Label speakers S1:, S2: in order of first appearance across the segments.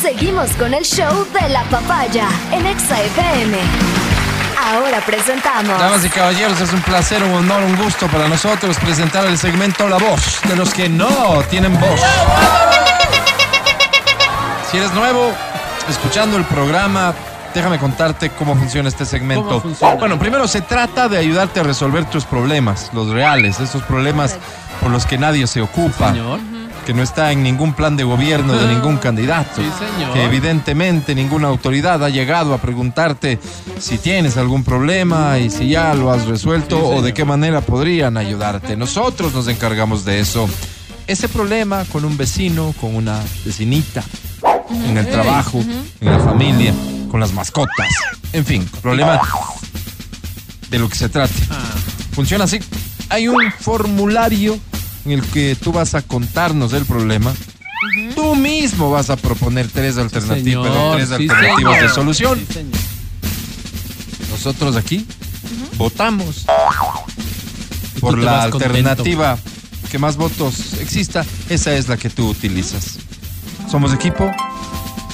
S1: Seguimos con el show de la papaya en Exa FM. Ahora presentamos.
S2: Damas y caballeros, es un placer, un honor, un gusto para nosotros presentar el segmento La Voz de los que no tienen voz. Si eres nuevo, escuchando el programa, déjame contarte cómo funciona este segmento.
S3: ¿Cómo funciona?
S2: Bueno, primero se trata de ayudarte a resolver tus problemas, los reales, esos problemas por los que nadie se ocupa.
S3: Señor.
S2: que no está en ningún plan de gobierno de ningún candidato.
S3: Sí, señor.
S2: Que evidentemente ninguna autoridad ha llegado a preguntarte si tienes algún problema y si ya lo has resuelto
S3: Sí,
S2: o de
S3: señor.
S2: qué manera podrían ayudarte. Nosotros nos encargamos de eso. Ese problema con un vecino, con una vecinita, en el trabajo, en la familia, con las mascotas. En fin, problema de lo que se trate.
S3: Ah,
S2: Funciona así. Hay un formulario en el que tú vas a contarnos el problema. Tú mismo vas a proponer tres alternativas,
S3: señor.
S2: tres
S3: Sí,
S2: alternativas de
S3: señor.
S2: solución.
S3: Sí, señor.
S2: Nosotros aquí votamos
S3: Y tú
S2: por
S3: te
S2: la
S3: vas contento.
S2: alternativa que más votos exista. Esa es la que tú utilizas. Somos equipo,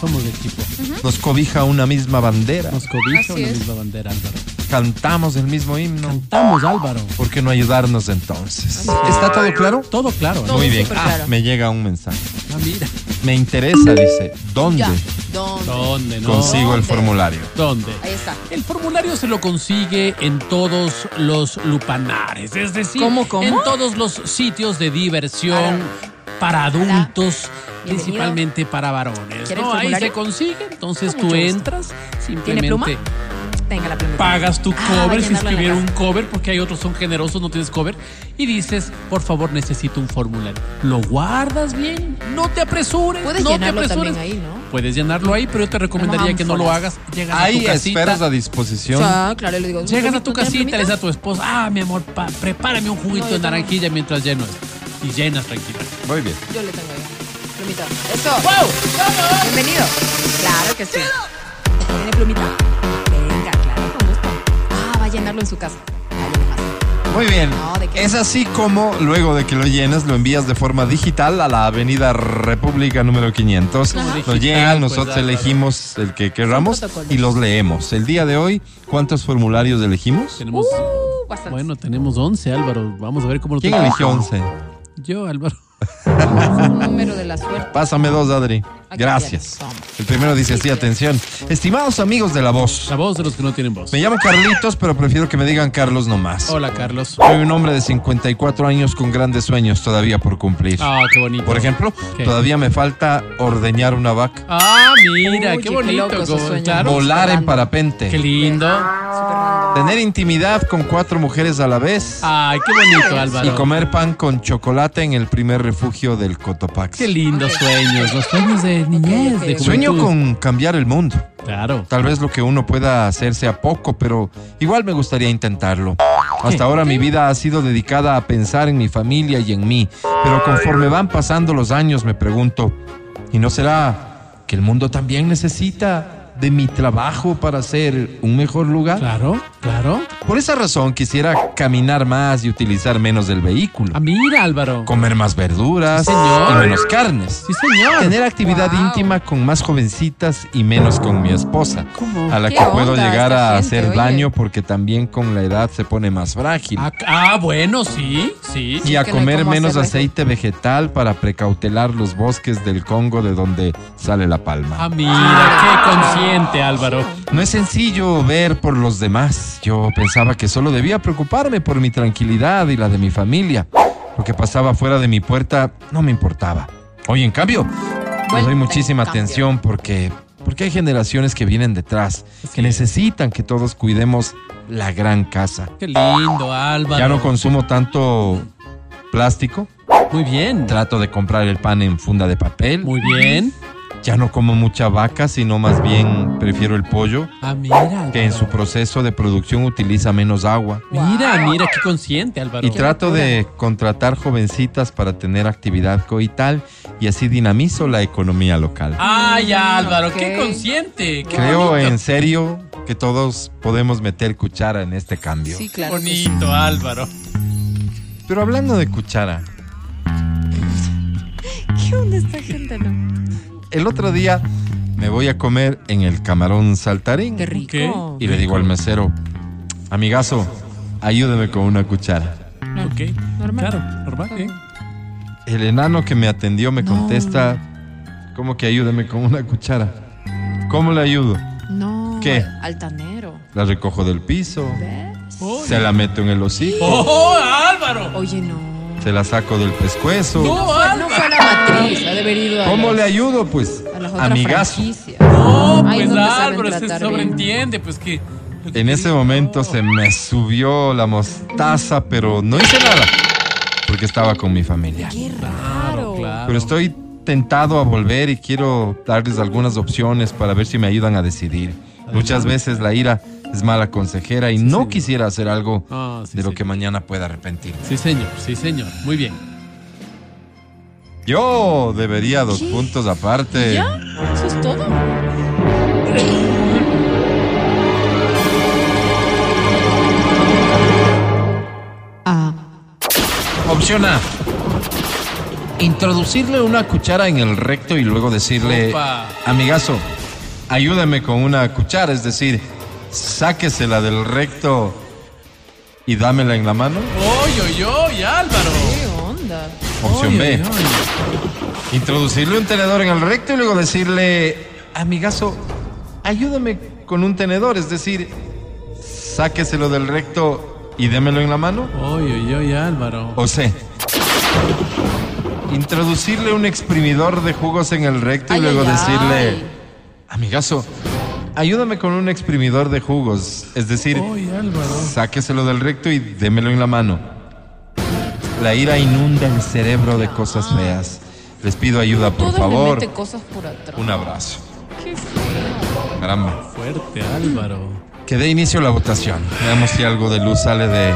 S3: Somos de equipo.
S2: nos cobija una misma bandera,
S3: Nos cobija
S4: Así
S3: una
S4: es.
S3: misma bandera, Álvaro.
S2: cantamos el mismo himno.
S3: Cantamos, Álvaro.
S2: ¿Por qué no ayudarnos entonces? ¿Está todo claro?
S3: Todo claro, ¿no?
S4: Todo
S2: Muy bien.
S4: súper
S2: Ah,
S4: claro.
S2: me llega un mensaje.
S3: Ah, mira.
S2: Me interesa, dice, ¿dónde
S4: Ya. ¿Dónde?
S3: ¿Dónde, no?
S2: consigo el
S4: ¿Dónde?
S2: formulario?
S3: ¿Dónde?
S4: Ahí está.
S3: El formulario se lo consigue en todos los lupanares, es decir,
S4: ¿Cómo, cómo?
S3: en todos los sitios de diversión para adultos,
S4: Bienvenido.
S3: principalmente para varones.
S4: ¿Quiere el
S3: ¿no? Ahí
S4: formulario?
S3: se consigue, entonces
S4: Con
S3: tú
S4: mucho gusto.
S3: entras,
S4: ¿Tiene pluma?
S3: simplemente
S4: Tenga la pluma.
S3: pagas tu
S4: Ah, va a
S3: cover, si es
S4: llenarla
S3: que
S4: en la
S3: hubiera un
S4: casa.
S3: cover, porque hay otros son generosos, no tienes cover, y dices, por favor, necesito un formulario. Lo guardas bien, no te apresures,
S4: Puedes
S3: no te
S4: llenarlo
S3: apresures.
S4: también ahí, ¿no?
S3: Puedes llenarlo ahí, pero yo te recomendaría que no lo
S4: ánforas.
S3: hagas. Llegas a tu
S2: Hay
S3: casita,
S2: esferas a disposición.
S4: Ah, claro, le digo.
S3: Llegas a tu
S4: ¿no tiene
S3: casita, le dices
S4: plumita?
S3: a tu esposa, ah, mi amor, pa- prepárame un juguito
S4: No, yo
S3: de
S4: tengo-
S3: naranjilla mientras lleno esto. Y llenas tranquila.
S2: Muy bien.
S4: Yo le tengo ahí. Plumita. Eso. Bienvenido. Claro que sí. Este ¿Tiene plumita? Venga, claro, con gusto. Ah, va a llenarlo en su casa. Va a llenarlo.
S2: Muy bien.
S4: No, ¿de qué?
S2: Es así como luego de que lo llenas, lo envías de forma digital a la Avenida República número 500.
S3: Como
S2: Nos
S3: digital,
S2: llegan,
S3: pues,
S2: nosotros
S3: Álvaro.
S2: elegimos el que queramos
S4: protocolos.
S2: y los leemos. El día de hoy, ¿cuántos formularios elegimos?
S3: Tenemos,
S4: Uh, bastante.
S3: bueno, tenemos 11, Álvaro. Vamos a ver cómo lo
S2: ¿Quién
S3: tenemos.
S2: eligió 11?
S3: Yo, Álvaro.
S4: número de la suerte.
S2: Pásame dos, Adri.
S4: Aquí
S2: Gracias.
S4: tienes, toma.
S2: El primero dice así, atención. Estimados amigos de la voz,
S3: La voz de los que no tienen voz.
S2: me llamo Carlitos, pero prefiero que me digan Carlos nomás.
S3: Hola, Carlos.
S2: Soy un hombre de 54 años con grandes sueños todavía por cumplir.
S3: Ah, qué bonito.
S2: Por ejemplo,
S3: ¿Qué?
S2: todavía me falta ordeñar una vaca,
S3: Ah, mira,
S4: Oye,
S3: qué
S4: qué
S3: bonito.
S4: loco esos
S3: como-
S4: sueños.
S3: claro.
S4: Vol-
S2: volar en
S4: esperando.
S3: Qué
S2: parapente,
S3: lindo.
S4: Superman.
S2: tener intimidad con cuatro mujeres a la vez
S3: Ay, qué bonito, Álvaro.
S2: y comer pan con chocolate en el primer refugio del Cotopaxi.
S3: Qué lindos sueños. Los sueños de niñez,
S4: ok,
S3: de
S4: ok.
S2: Sueño
S3: juventud.
S2: con cambiar el mundo.
S3: Claro.
S2: Tal vez lo que uno pueda hacer sea poco, pero igual me gustaría intentarlo. Hasta ahora mi vida ha sido dedicada a pensar en mi familia y en mí, pero conforme van pasando los años me pregunto, ¿y no será que el mundo también necesita de mi trabajo para ser un mejor lugar?
S3: Claro, claro.
S2: Por esa razón quisiera caminar más y utilizar menos el vehículo,
S3: Ah, mira, Álvaro.
S2: comer más verduras
S3: Sí, señor.
S2: y menos carnes.
S3: Sí, señor.
S2: Tener actividad
S4: Wow.
S2: íntima con más jovencitas y menos con mi esposa,
S3: ¿Cómo?
S2: a la
S4: ¿Qué
S2: que puedo
S4: onda
S2: llegar a
S4: esta gente,
S2: hacer
S4: oye?
S2: daño porque también con la edad se pone más frágil.
S3: Ah, ah, bueno, sí, sí.
S2: y
S4: sí,
S2: a
S4: que no hay
S2: comer
S4: cómo
S2: menos
S4: hacerle.
S2: aceite vegetal para precautelar los bosques del Congo de donde sale la palma.
S3: Ah, mira, qué consciente, Álvaro.
S2: No es sencillo ver por los demás. Yo pensaba que solo debía preocuparme por mi tranquilidad y la de mi familia. Lo que pasaba fuera de mi puerta no me importaba. Hoy, en cambio, les
S4: Vuelta
S2: doy
S4: en
S2: muchísima
S4: cambio.
S2: atención porque, porque hay generaciones que vienen detrás, que
S3: es.
S2: necesitan que todos cuidemos la gran casa.
S3: Qué lindo, Álvaro.
S2: Ya no consumo tanto plástico.
S3: Muy bien.
S2: Trato de comprar el pan en funda de papel.
S3: Muy bien.
S2: Ya no como mucha vaca, sino más bien prefiero el pollo,
S3: Ah, mira.
S2: que en su proceso de producción utiliza menos agua.
S3: Mira, mira, qué consciente, Álvaro.
S2: Y trato de contratar jovencitas para tener actividad coital y así dinamizo la economía local.
S3: Ay, Álvaro, qué
S4: Mm, Ok.
S3: consciente. Ah, Qué
S2: Creo
S3: bonito.
S2: en serio que todos podemos meter cuchara en este cambio.
S4: Sí, claro. que sí.
S3: Bonito, Álvaro.
S2: Pero hablando de cuchara,
S4: ¿Qué onda esta gente, no?
S2: el otro día me voy a comer en el camarón saltarín.
S4: Qué rico.
S2: Y le digo al mesero, amigazo, ayúdame con una cuchara.
S3: Ok.
S4: Normal.
S3: Claro, normal, ¿eh?
S2: El enano que me atendió me contesta, ¿cómo que ayúdame con una cuchara? ¿Cómo le ayudo?
S4: No.
S2: ¿Qué?
S4: Altanero.
S2: La recojo del piso,
S4: ¿Ves?
S2: se la meto en el hocico,
S3: ¡Oh, Álvaro!
S4: Oye, no.
S2: se la saco del pescuezo.
S3: ¡No, Álvaro!
S4: No fue a la matriz, ha de haber ido a
S2: ¿Cómo
S4: las-
S2: le ayudo? Pues,
S4: a las otras
S2: amigazo.
S4: franquicias.
S3: No,
S4: Ahí
S3: pues
S4: no te saben
S3: Álvaro, se
S4: tratar bien.
S3: sobreentiende, pues que. lo que
S2: En
S3: te
S2: ese
S3: digo,
S2: momento
S3: no.
S2: se me subió la mostaza, pero no hice nada, porque estaba con mi familia.
S4: Qué
S3: Claro,
S4: raro.
S3: claro.
S2: Pero estoy tentado a volver y quiero darles algunas opciones para ver si me ayudan a decidir. Muchas veces la ira es mala consejera y no quisiera hacer algo
S3: Ah, sí,
S2: de lo
S3: sí.
S2: que mañana pueda arrepentirme.
S3: Sí, señor, sí, señor. Muy bien.
S2: Yo debería dos puntos aparte.
S4: ¿Ya? ¿Eso es todo? Ah.
S2: Opción A. Introducirle una cuchara en el recto y luego decirle,
S3: Opa.
S2: amigazo, ayúdame con una cuchara, es decir, sáquesela del recto y dámela en la mano.
S3: ¡Oy, oy, oy, Álvaro!
S4: ¿Qué onda?
S2: Opción
S3: Oy,
S2: B.
S3: oy, oy.
S2: Introducirle un tenedor en el recto y luego decirle, amigazo, ayúdame con un tenedor, es decir, sáqueselo del recto y démelo en la mano.
S3: Oy, oy, oy, Álvaro.
S2: O C. Introducirle un exprimidor de jugos en el recto
S4: Ay,
S2: y luego
S4: ay, ay.
S2: decirle, amigazo, ayúdame con un exprimidor de jugos, es decir,
S3: Oy, Álvaro.
S2: sáqueselo del recto y démelo en la mano. La ira inunda el cerebro de cosas feas. Les pido ayuda, por
S4: Todos
S2: favor.
S4: le mete cosas por atrás.
S2: Un abrazo.
S4: Qué feo.
S2: Caramba.
S3: Fuerte, Álvaro.
S2: Que dé inicio la votación. Veamos si algo de luz sale de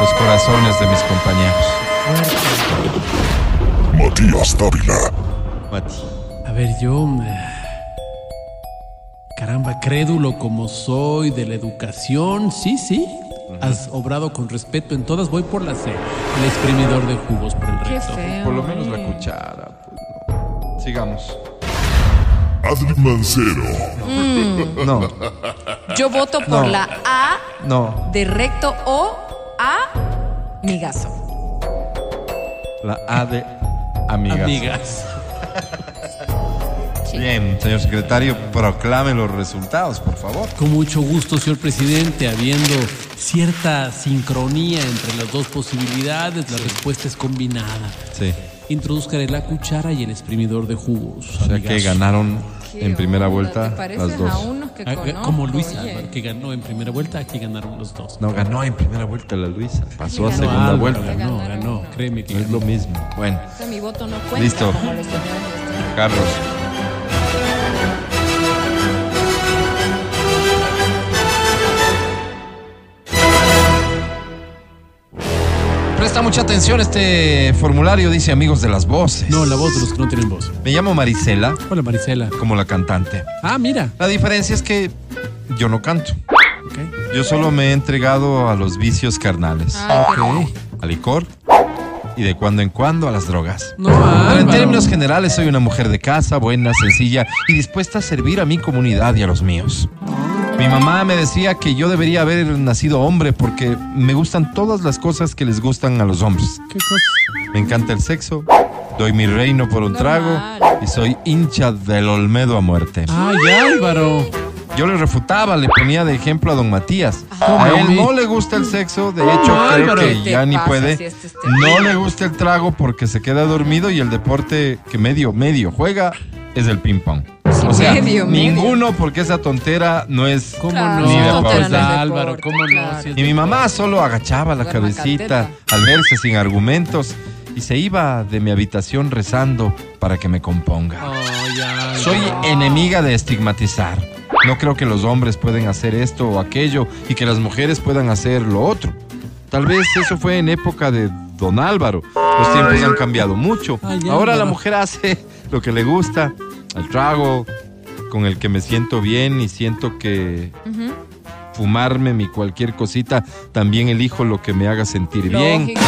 S2: los corazones de mis compañeros.
S5: Matías Dávila,
S2: Mati.
S3: A ver, yo. eh, Caramba, crédulo como soy de la educación, sí, sí. Has obrado con respeto en todas. Voy por la C. El exprimidor de jugos por el
S4: Qué
S3: resto.
S4: feo.
S2: Por lo menos la cuchara. pues, no. Sigamos.
S5: Adri Mancero,
S2: No,
S4: Yo voto por
S2: No.
S4: la A
S2: no.
S4: de recto o A migazo.
S2: La A de amigas.
S3: Amigas.
S2: Bien, señor secretario, proclame los resultados, por favor.
S3: Con mucho gusto, señor presidente, habiendo cierta sincronía entre las dos posibilidades, la respuesta es combinada.
S2: Sí.
S3: Introduzcaré la cuchara y el exprimidor de jugos.
S2: O sea que ganaron en primera
S4: ¿Te
S2: vuelta
S4: pareces
S2: las dos.
S4: a unos que conozco?
S3: Ah, eh, Como Luisa,
S4: oye?
S3: Álvaro, que ganó en primera vuelta, aquí ganaron los dos.
S2: No, ganó en primera vuelta la Luisa. Pasó a
S4: Ganó
S2: segunda
S3: Álvaro,
S2: vuelta.
S3: Ganó, ganó, créeme que
S2: No es lo mismo. Bueno,
S4: O sea, este mi voto no cuenta.
S2: Listo.
S4: como los señores.
S2: Carlos. Presta mucha atención este formulario, dice amigos de las voces.
S3: No, la voz de los que no tienen voz.
S2: Me llamo Marisela,
S3: Hola Marisela.
S2: como la cantante.
S3: Ah, mira.
S2: La diferencia es que yo no canto.
S3: Ok.
S2: Yo solo me he entregado a los vicios carnales,
S4: Ah, qué rico.
S2: al licor y de cuando en cuando a las drogas.
S3: No,
S2: Pero en
S3: Álvaro.
S2: términos generales soy una mujer de casa, buena, sencilla y dispuesta a servir a mi comunidad y a los míos. Mi mamá me decía que yo debería haber nacido hombre porque me gustan todas las cosas que les gustan a los hombres.
S3: ¿Qué cosa?
S2: Me encanta el sexo, doy mi reino por un trago
S4: Normal.
S2: y soy hincha del Olmedo a muerte.
S3: Ay, Álvaro.
S2: Yo le refutaba, le ponía de ejemplo a don Matías.
S3: Ah.
S2: A él no le gusta el sexo, de hecho
S3: No,
S2: creo
S3: Álvaro.
S2: que
S4: ¿Qué
S2: ya
S4: te
S2: ni
S4: pasa
S2: puede.
S4: si este es
S2: no
S4: terrible?
S2: le gusta el trago porque se queda dormido y el deporte que medio, medio juega es el ping pong. O sea,
S4: medio, medio.
S2: ninguno porque esa tontera no es...
S3: ¿Cómo
S4: Claro,
S2: Ni de
S3: no?
S2: pausa.
S3: Pues, Álvaro, ¿cómo no?
S4: Claro.
S3: Si es
S2: Y mi
S3: de-
S2: mamá solo agachaba la
S4: Duerma
S2: cabecita
S4: canteta.
S2: al verse sin argumentos y se iba de mi habitación rezando para que me componga.
S3: Ay, Álvaro.
S2: Soy enemiga de estigmatizar. No creo que los hombres pueden hacer esto o aquello y que las mujeres puedan hacer lo otro. Tal vez eso fue en época de Don Álvaro. Los tiempos han cambiado mucho.
S3: Ay,
S2: Ahora la
S3: Álvaro.
S2: mujer hace lo que le gusta, el trago, con el que me siento bien y siento que
S4: Ujú.
S2: fumarme mi cualquier cosita, también elijo lo que me haga sentir bien.
S4: Lógico.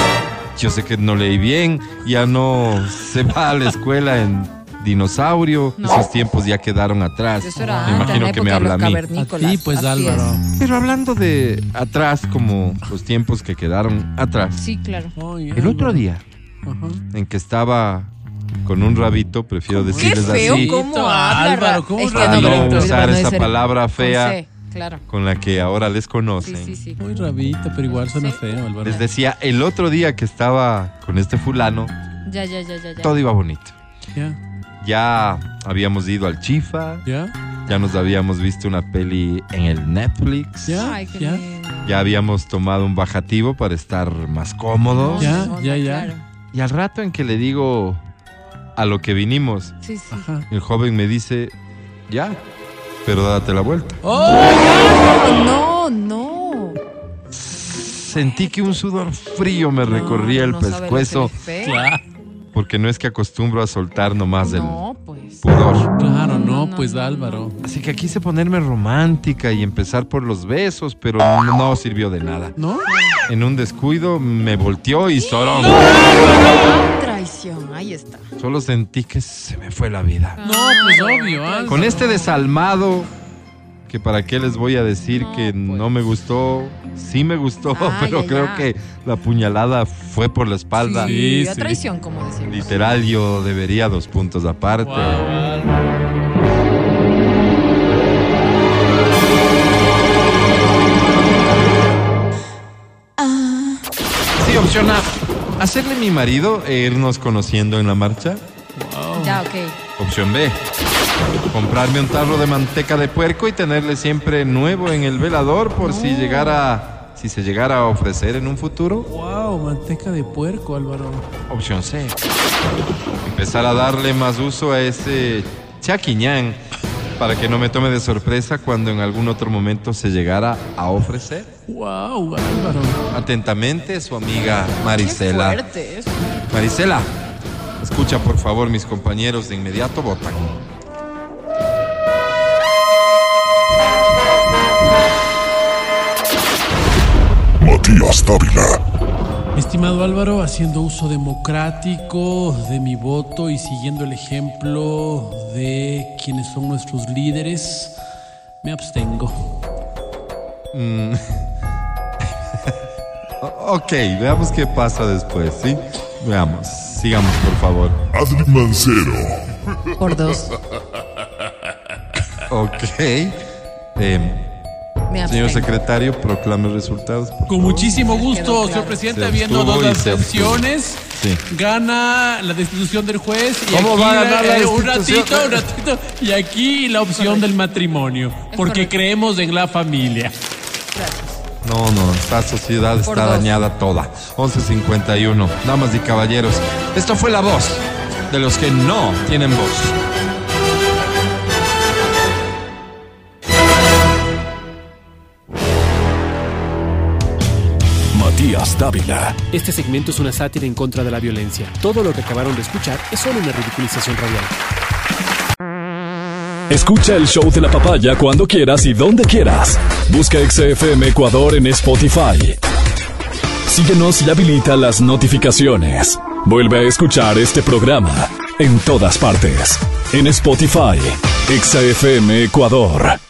S2: Yo sé que no leí bien, ya no se va a la escuela en dinosaurio,
S4: No.
S2: esos tiempos ya quedaron atrás.
S4: Eso era
S2: me
S4: antes, en la
S2: imagino que
S4: época
S2: me
S4: de
S2: habla a
S4: los
S2: mí.
S4: cavernícolas.
S3: A ti, pues,
S4: Así
S3: Álvaro.
S4: es.
S2: Pero hablando de atrás, como los tiempos que quedaron atrás.
S4: Sí, claro.
S3: Ay,
S2: El otro día
S3: Ajá.
S2: en que estaba con un rabito, prefiero decirles
S4: feo,
S2: pues, así,
S4: ¿cómo
S3: Tito,
S4: habla,
S3: Álvaro,
S4: Ra-
S3: ¿cómo
S4: es que
S2: para
S4: no,
S2: no,
S4: pero- pero
S2: usar
S4: no
S2: esa
S4: es el-
S2: palabra
S4: Con
S2: fea
S4: C, claro.
S2: con la que ahora les
S4: Sí,
S2: conocen.
S4: sí, sí.
S3: Muy rabita, pero igual suena
S4: Sí.
S3: feo, Álvaro.
S2: Les decía, el otro día que estaba con este fulano,
S4: Ya, ya, ya, ya. ya.
S2: todo iba bonito.
S3: Ya,
S2: Ya habíamos ido al Chifa,
S3: ya,
S2: ya nos habíamos visto una peli en el Netflix,
S3: Ya.
S4: Ay, qué
S3: Ya.
S4: lindo.
S2: ya habíamos tomado un bajativo para estar más cómodos.
S3: Ya.
S4: Onda,
S3: ya.
S4: claro.
S2: Y al rato en que le digo a lo que vinimos,
S4: Sí, sí.
S3: ajá.
S2: el joven me dice, ya, pero date la vuelta. Ah.
S4: No, no.
S2: Sentí que un sudor frío me recorría el
S4: No, no sabe lo que
S2: pescuezo,
S4: eres feo.
S3: Claro,
S2: porque no es que acostumbro a soltar nomás el
S4: No, pues.
S2: pudor.
S3: claro,
S4: No,
S3: no,
S4: no,
S3: pues
S4: no,
S3: Álvaro.
S2: Así que quise ponerme romántica y empezar por los besos, pero no sirvió de nada.
S3: ¿No?
S2: En un descuido me volteó y solo,
S4: Traición, ahí está.
S2: solo sentí que se me fue la vida.
S3: No, pues obvio, Álvaro.
S2: Con este desalmado, que para qué les voy a decir
S4: No,
S2: que
S4: pues.
S2: no me gustó, sí me gustó,
S4: Ah,
S2: pero
S4: ya,
S2: creo
S4: ya.
S2: que la puñalada fue por la espalda.
S4: Sí,
S3: Sí,
S4: a
S3: sí.
S4: traición, como decimos.
S2: Literal, yo debería dos puntos aparte.
S3: Wow,
S4: Ah.
S3: Álvaro.
S2: Sí, opción A. Hacerle mi marido e irnos conociendo en la marcha.
S4: Ya, ok.
S2: Opción B. Comprarme un tarro de manteca de puerco y tenerle siempre nuevo en el velador por si llegara, si se llegara a ofrecer en un futuro.
S3: Wow, manteca de puerco, Álvaro.
S2: Opción C. Empezar a darle más uso a ese chaquiñán para que no me tome de sorpresa cuando en algún otro momento se llegara a ofrecer.
S3: Wow, Álvaro.
S2: Atentamente, su amiga
S4: Qué
S2: Marisela.
S4: fuerte eso.
S2: Marisela, escucha por favor mis compañeros de inmediato votan.
S5: Matías Dávila,
S3: Estimado Álvaro, haciendo uso democrático de mi voto y siguiendo el ejemplo de quienes son nuestros líderes, me abstengo.
S2: O- ok, veamos qué pasa después, ¿sí? Veamos, sigamos por favor.
S5: Adri Mancero,
S4: Por dos.
S2: Ok. Em,
S4: Me
S2: señor
S4: abstengo.
S2: secretario, proclame resultados. por
S3: Con
S2: favor.
S3: muchísimo
S4: quedó
S3: gusto,
S4: claro.
S3: señor presidente,
S2: Se
S3: habiendo
S2: abstuvo
S3: dos
S2: y se abstuvo.
S3: abstenciones.
S2: Sí.
S3: Gana la destitución del juez y
S2: ¿Cómo
S3: aquí
S2: va a ganar la
S3: un
S2: destitución?
S3: ratito, un ratito y aquí la opción del matrimonio, porque
S4: correcto.
S3: creemos en la familia.
S2: No, no, esta sociedad
S4: Por
S2: está
S4: dos.
S2: dañada toda. 11.51. Damas y caballeros, esto fue la voz de los que no tienen voz.
S6: Matías Dávila,
S7: Este segmento es una sátira en contra de la violencia. Todo lo que acabaron de escuchar es solo una ridiculización radial.
S6: Escucha el show de la papaya cuando quieras y donde quieras. Busca XFM Ecuador en Spotify. Síguenos y habilita las notificaciones. Vuelve a escuchar este programa en todas partes. En Spotify, XFM Ecuador.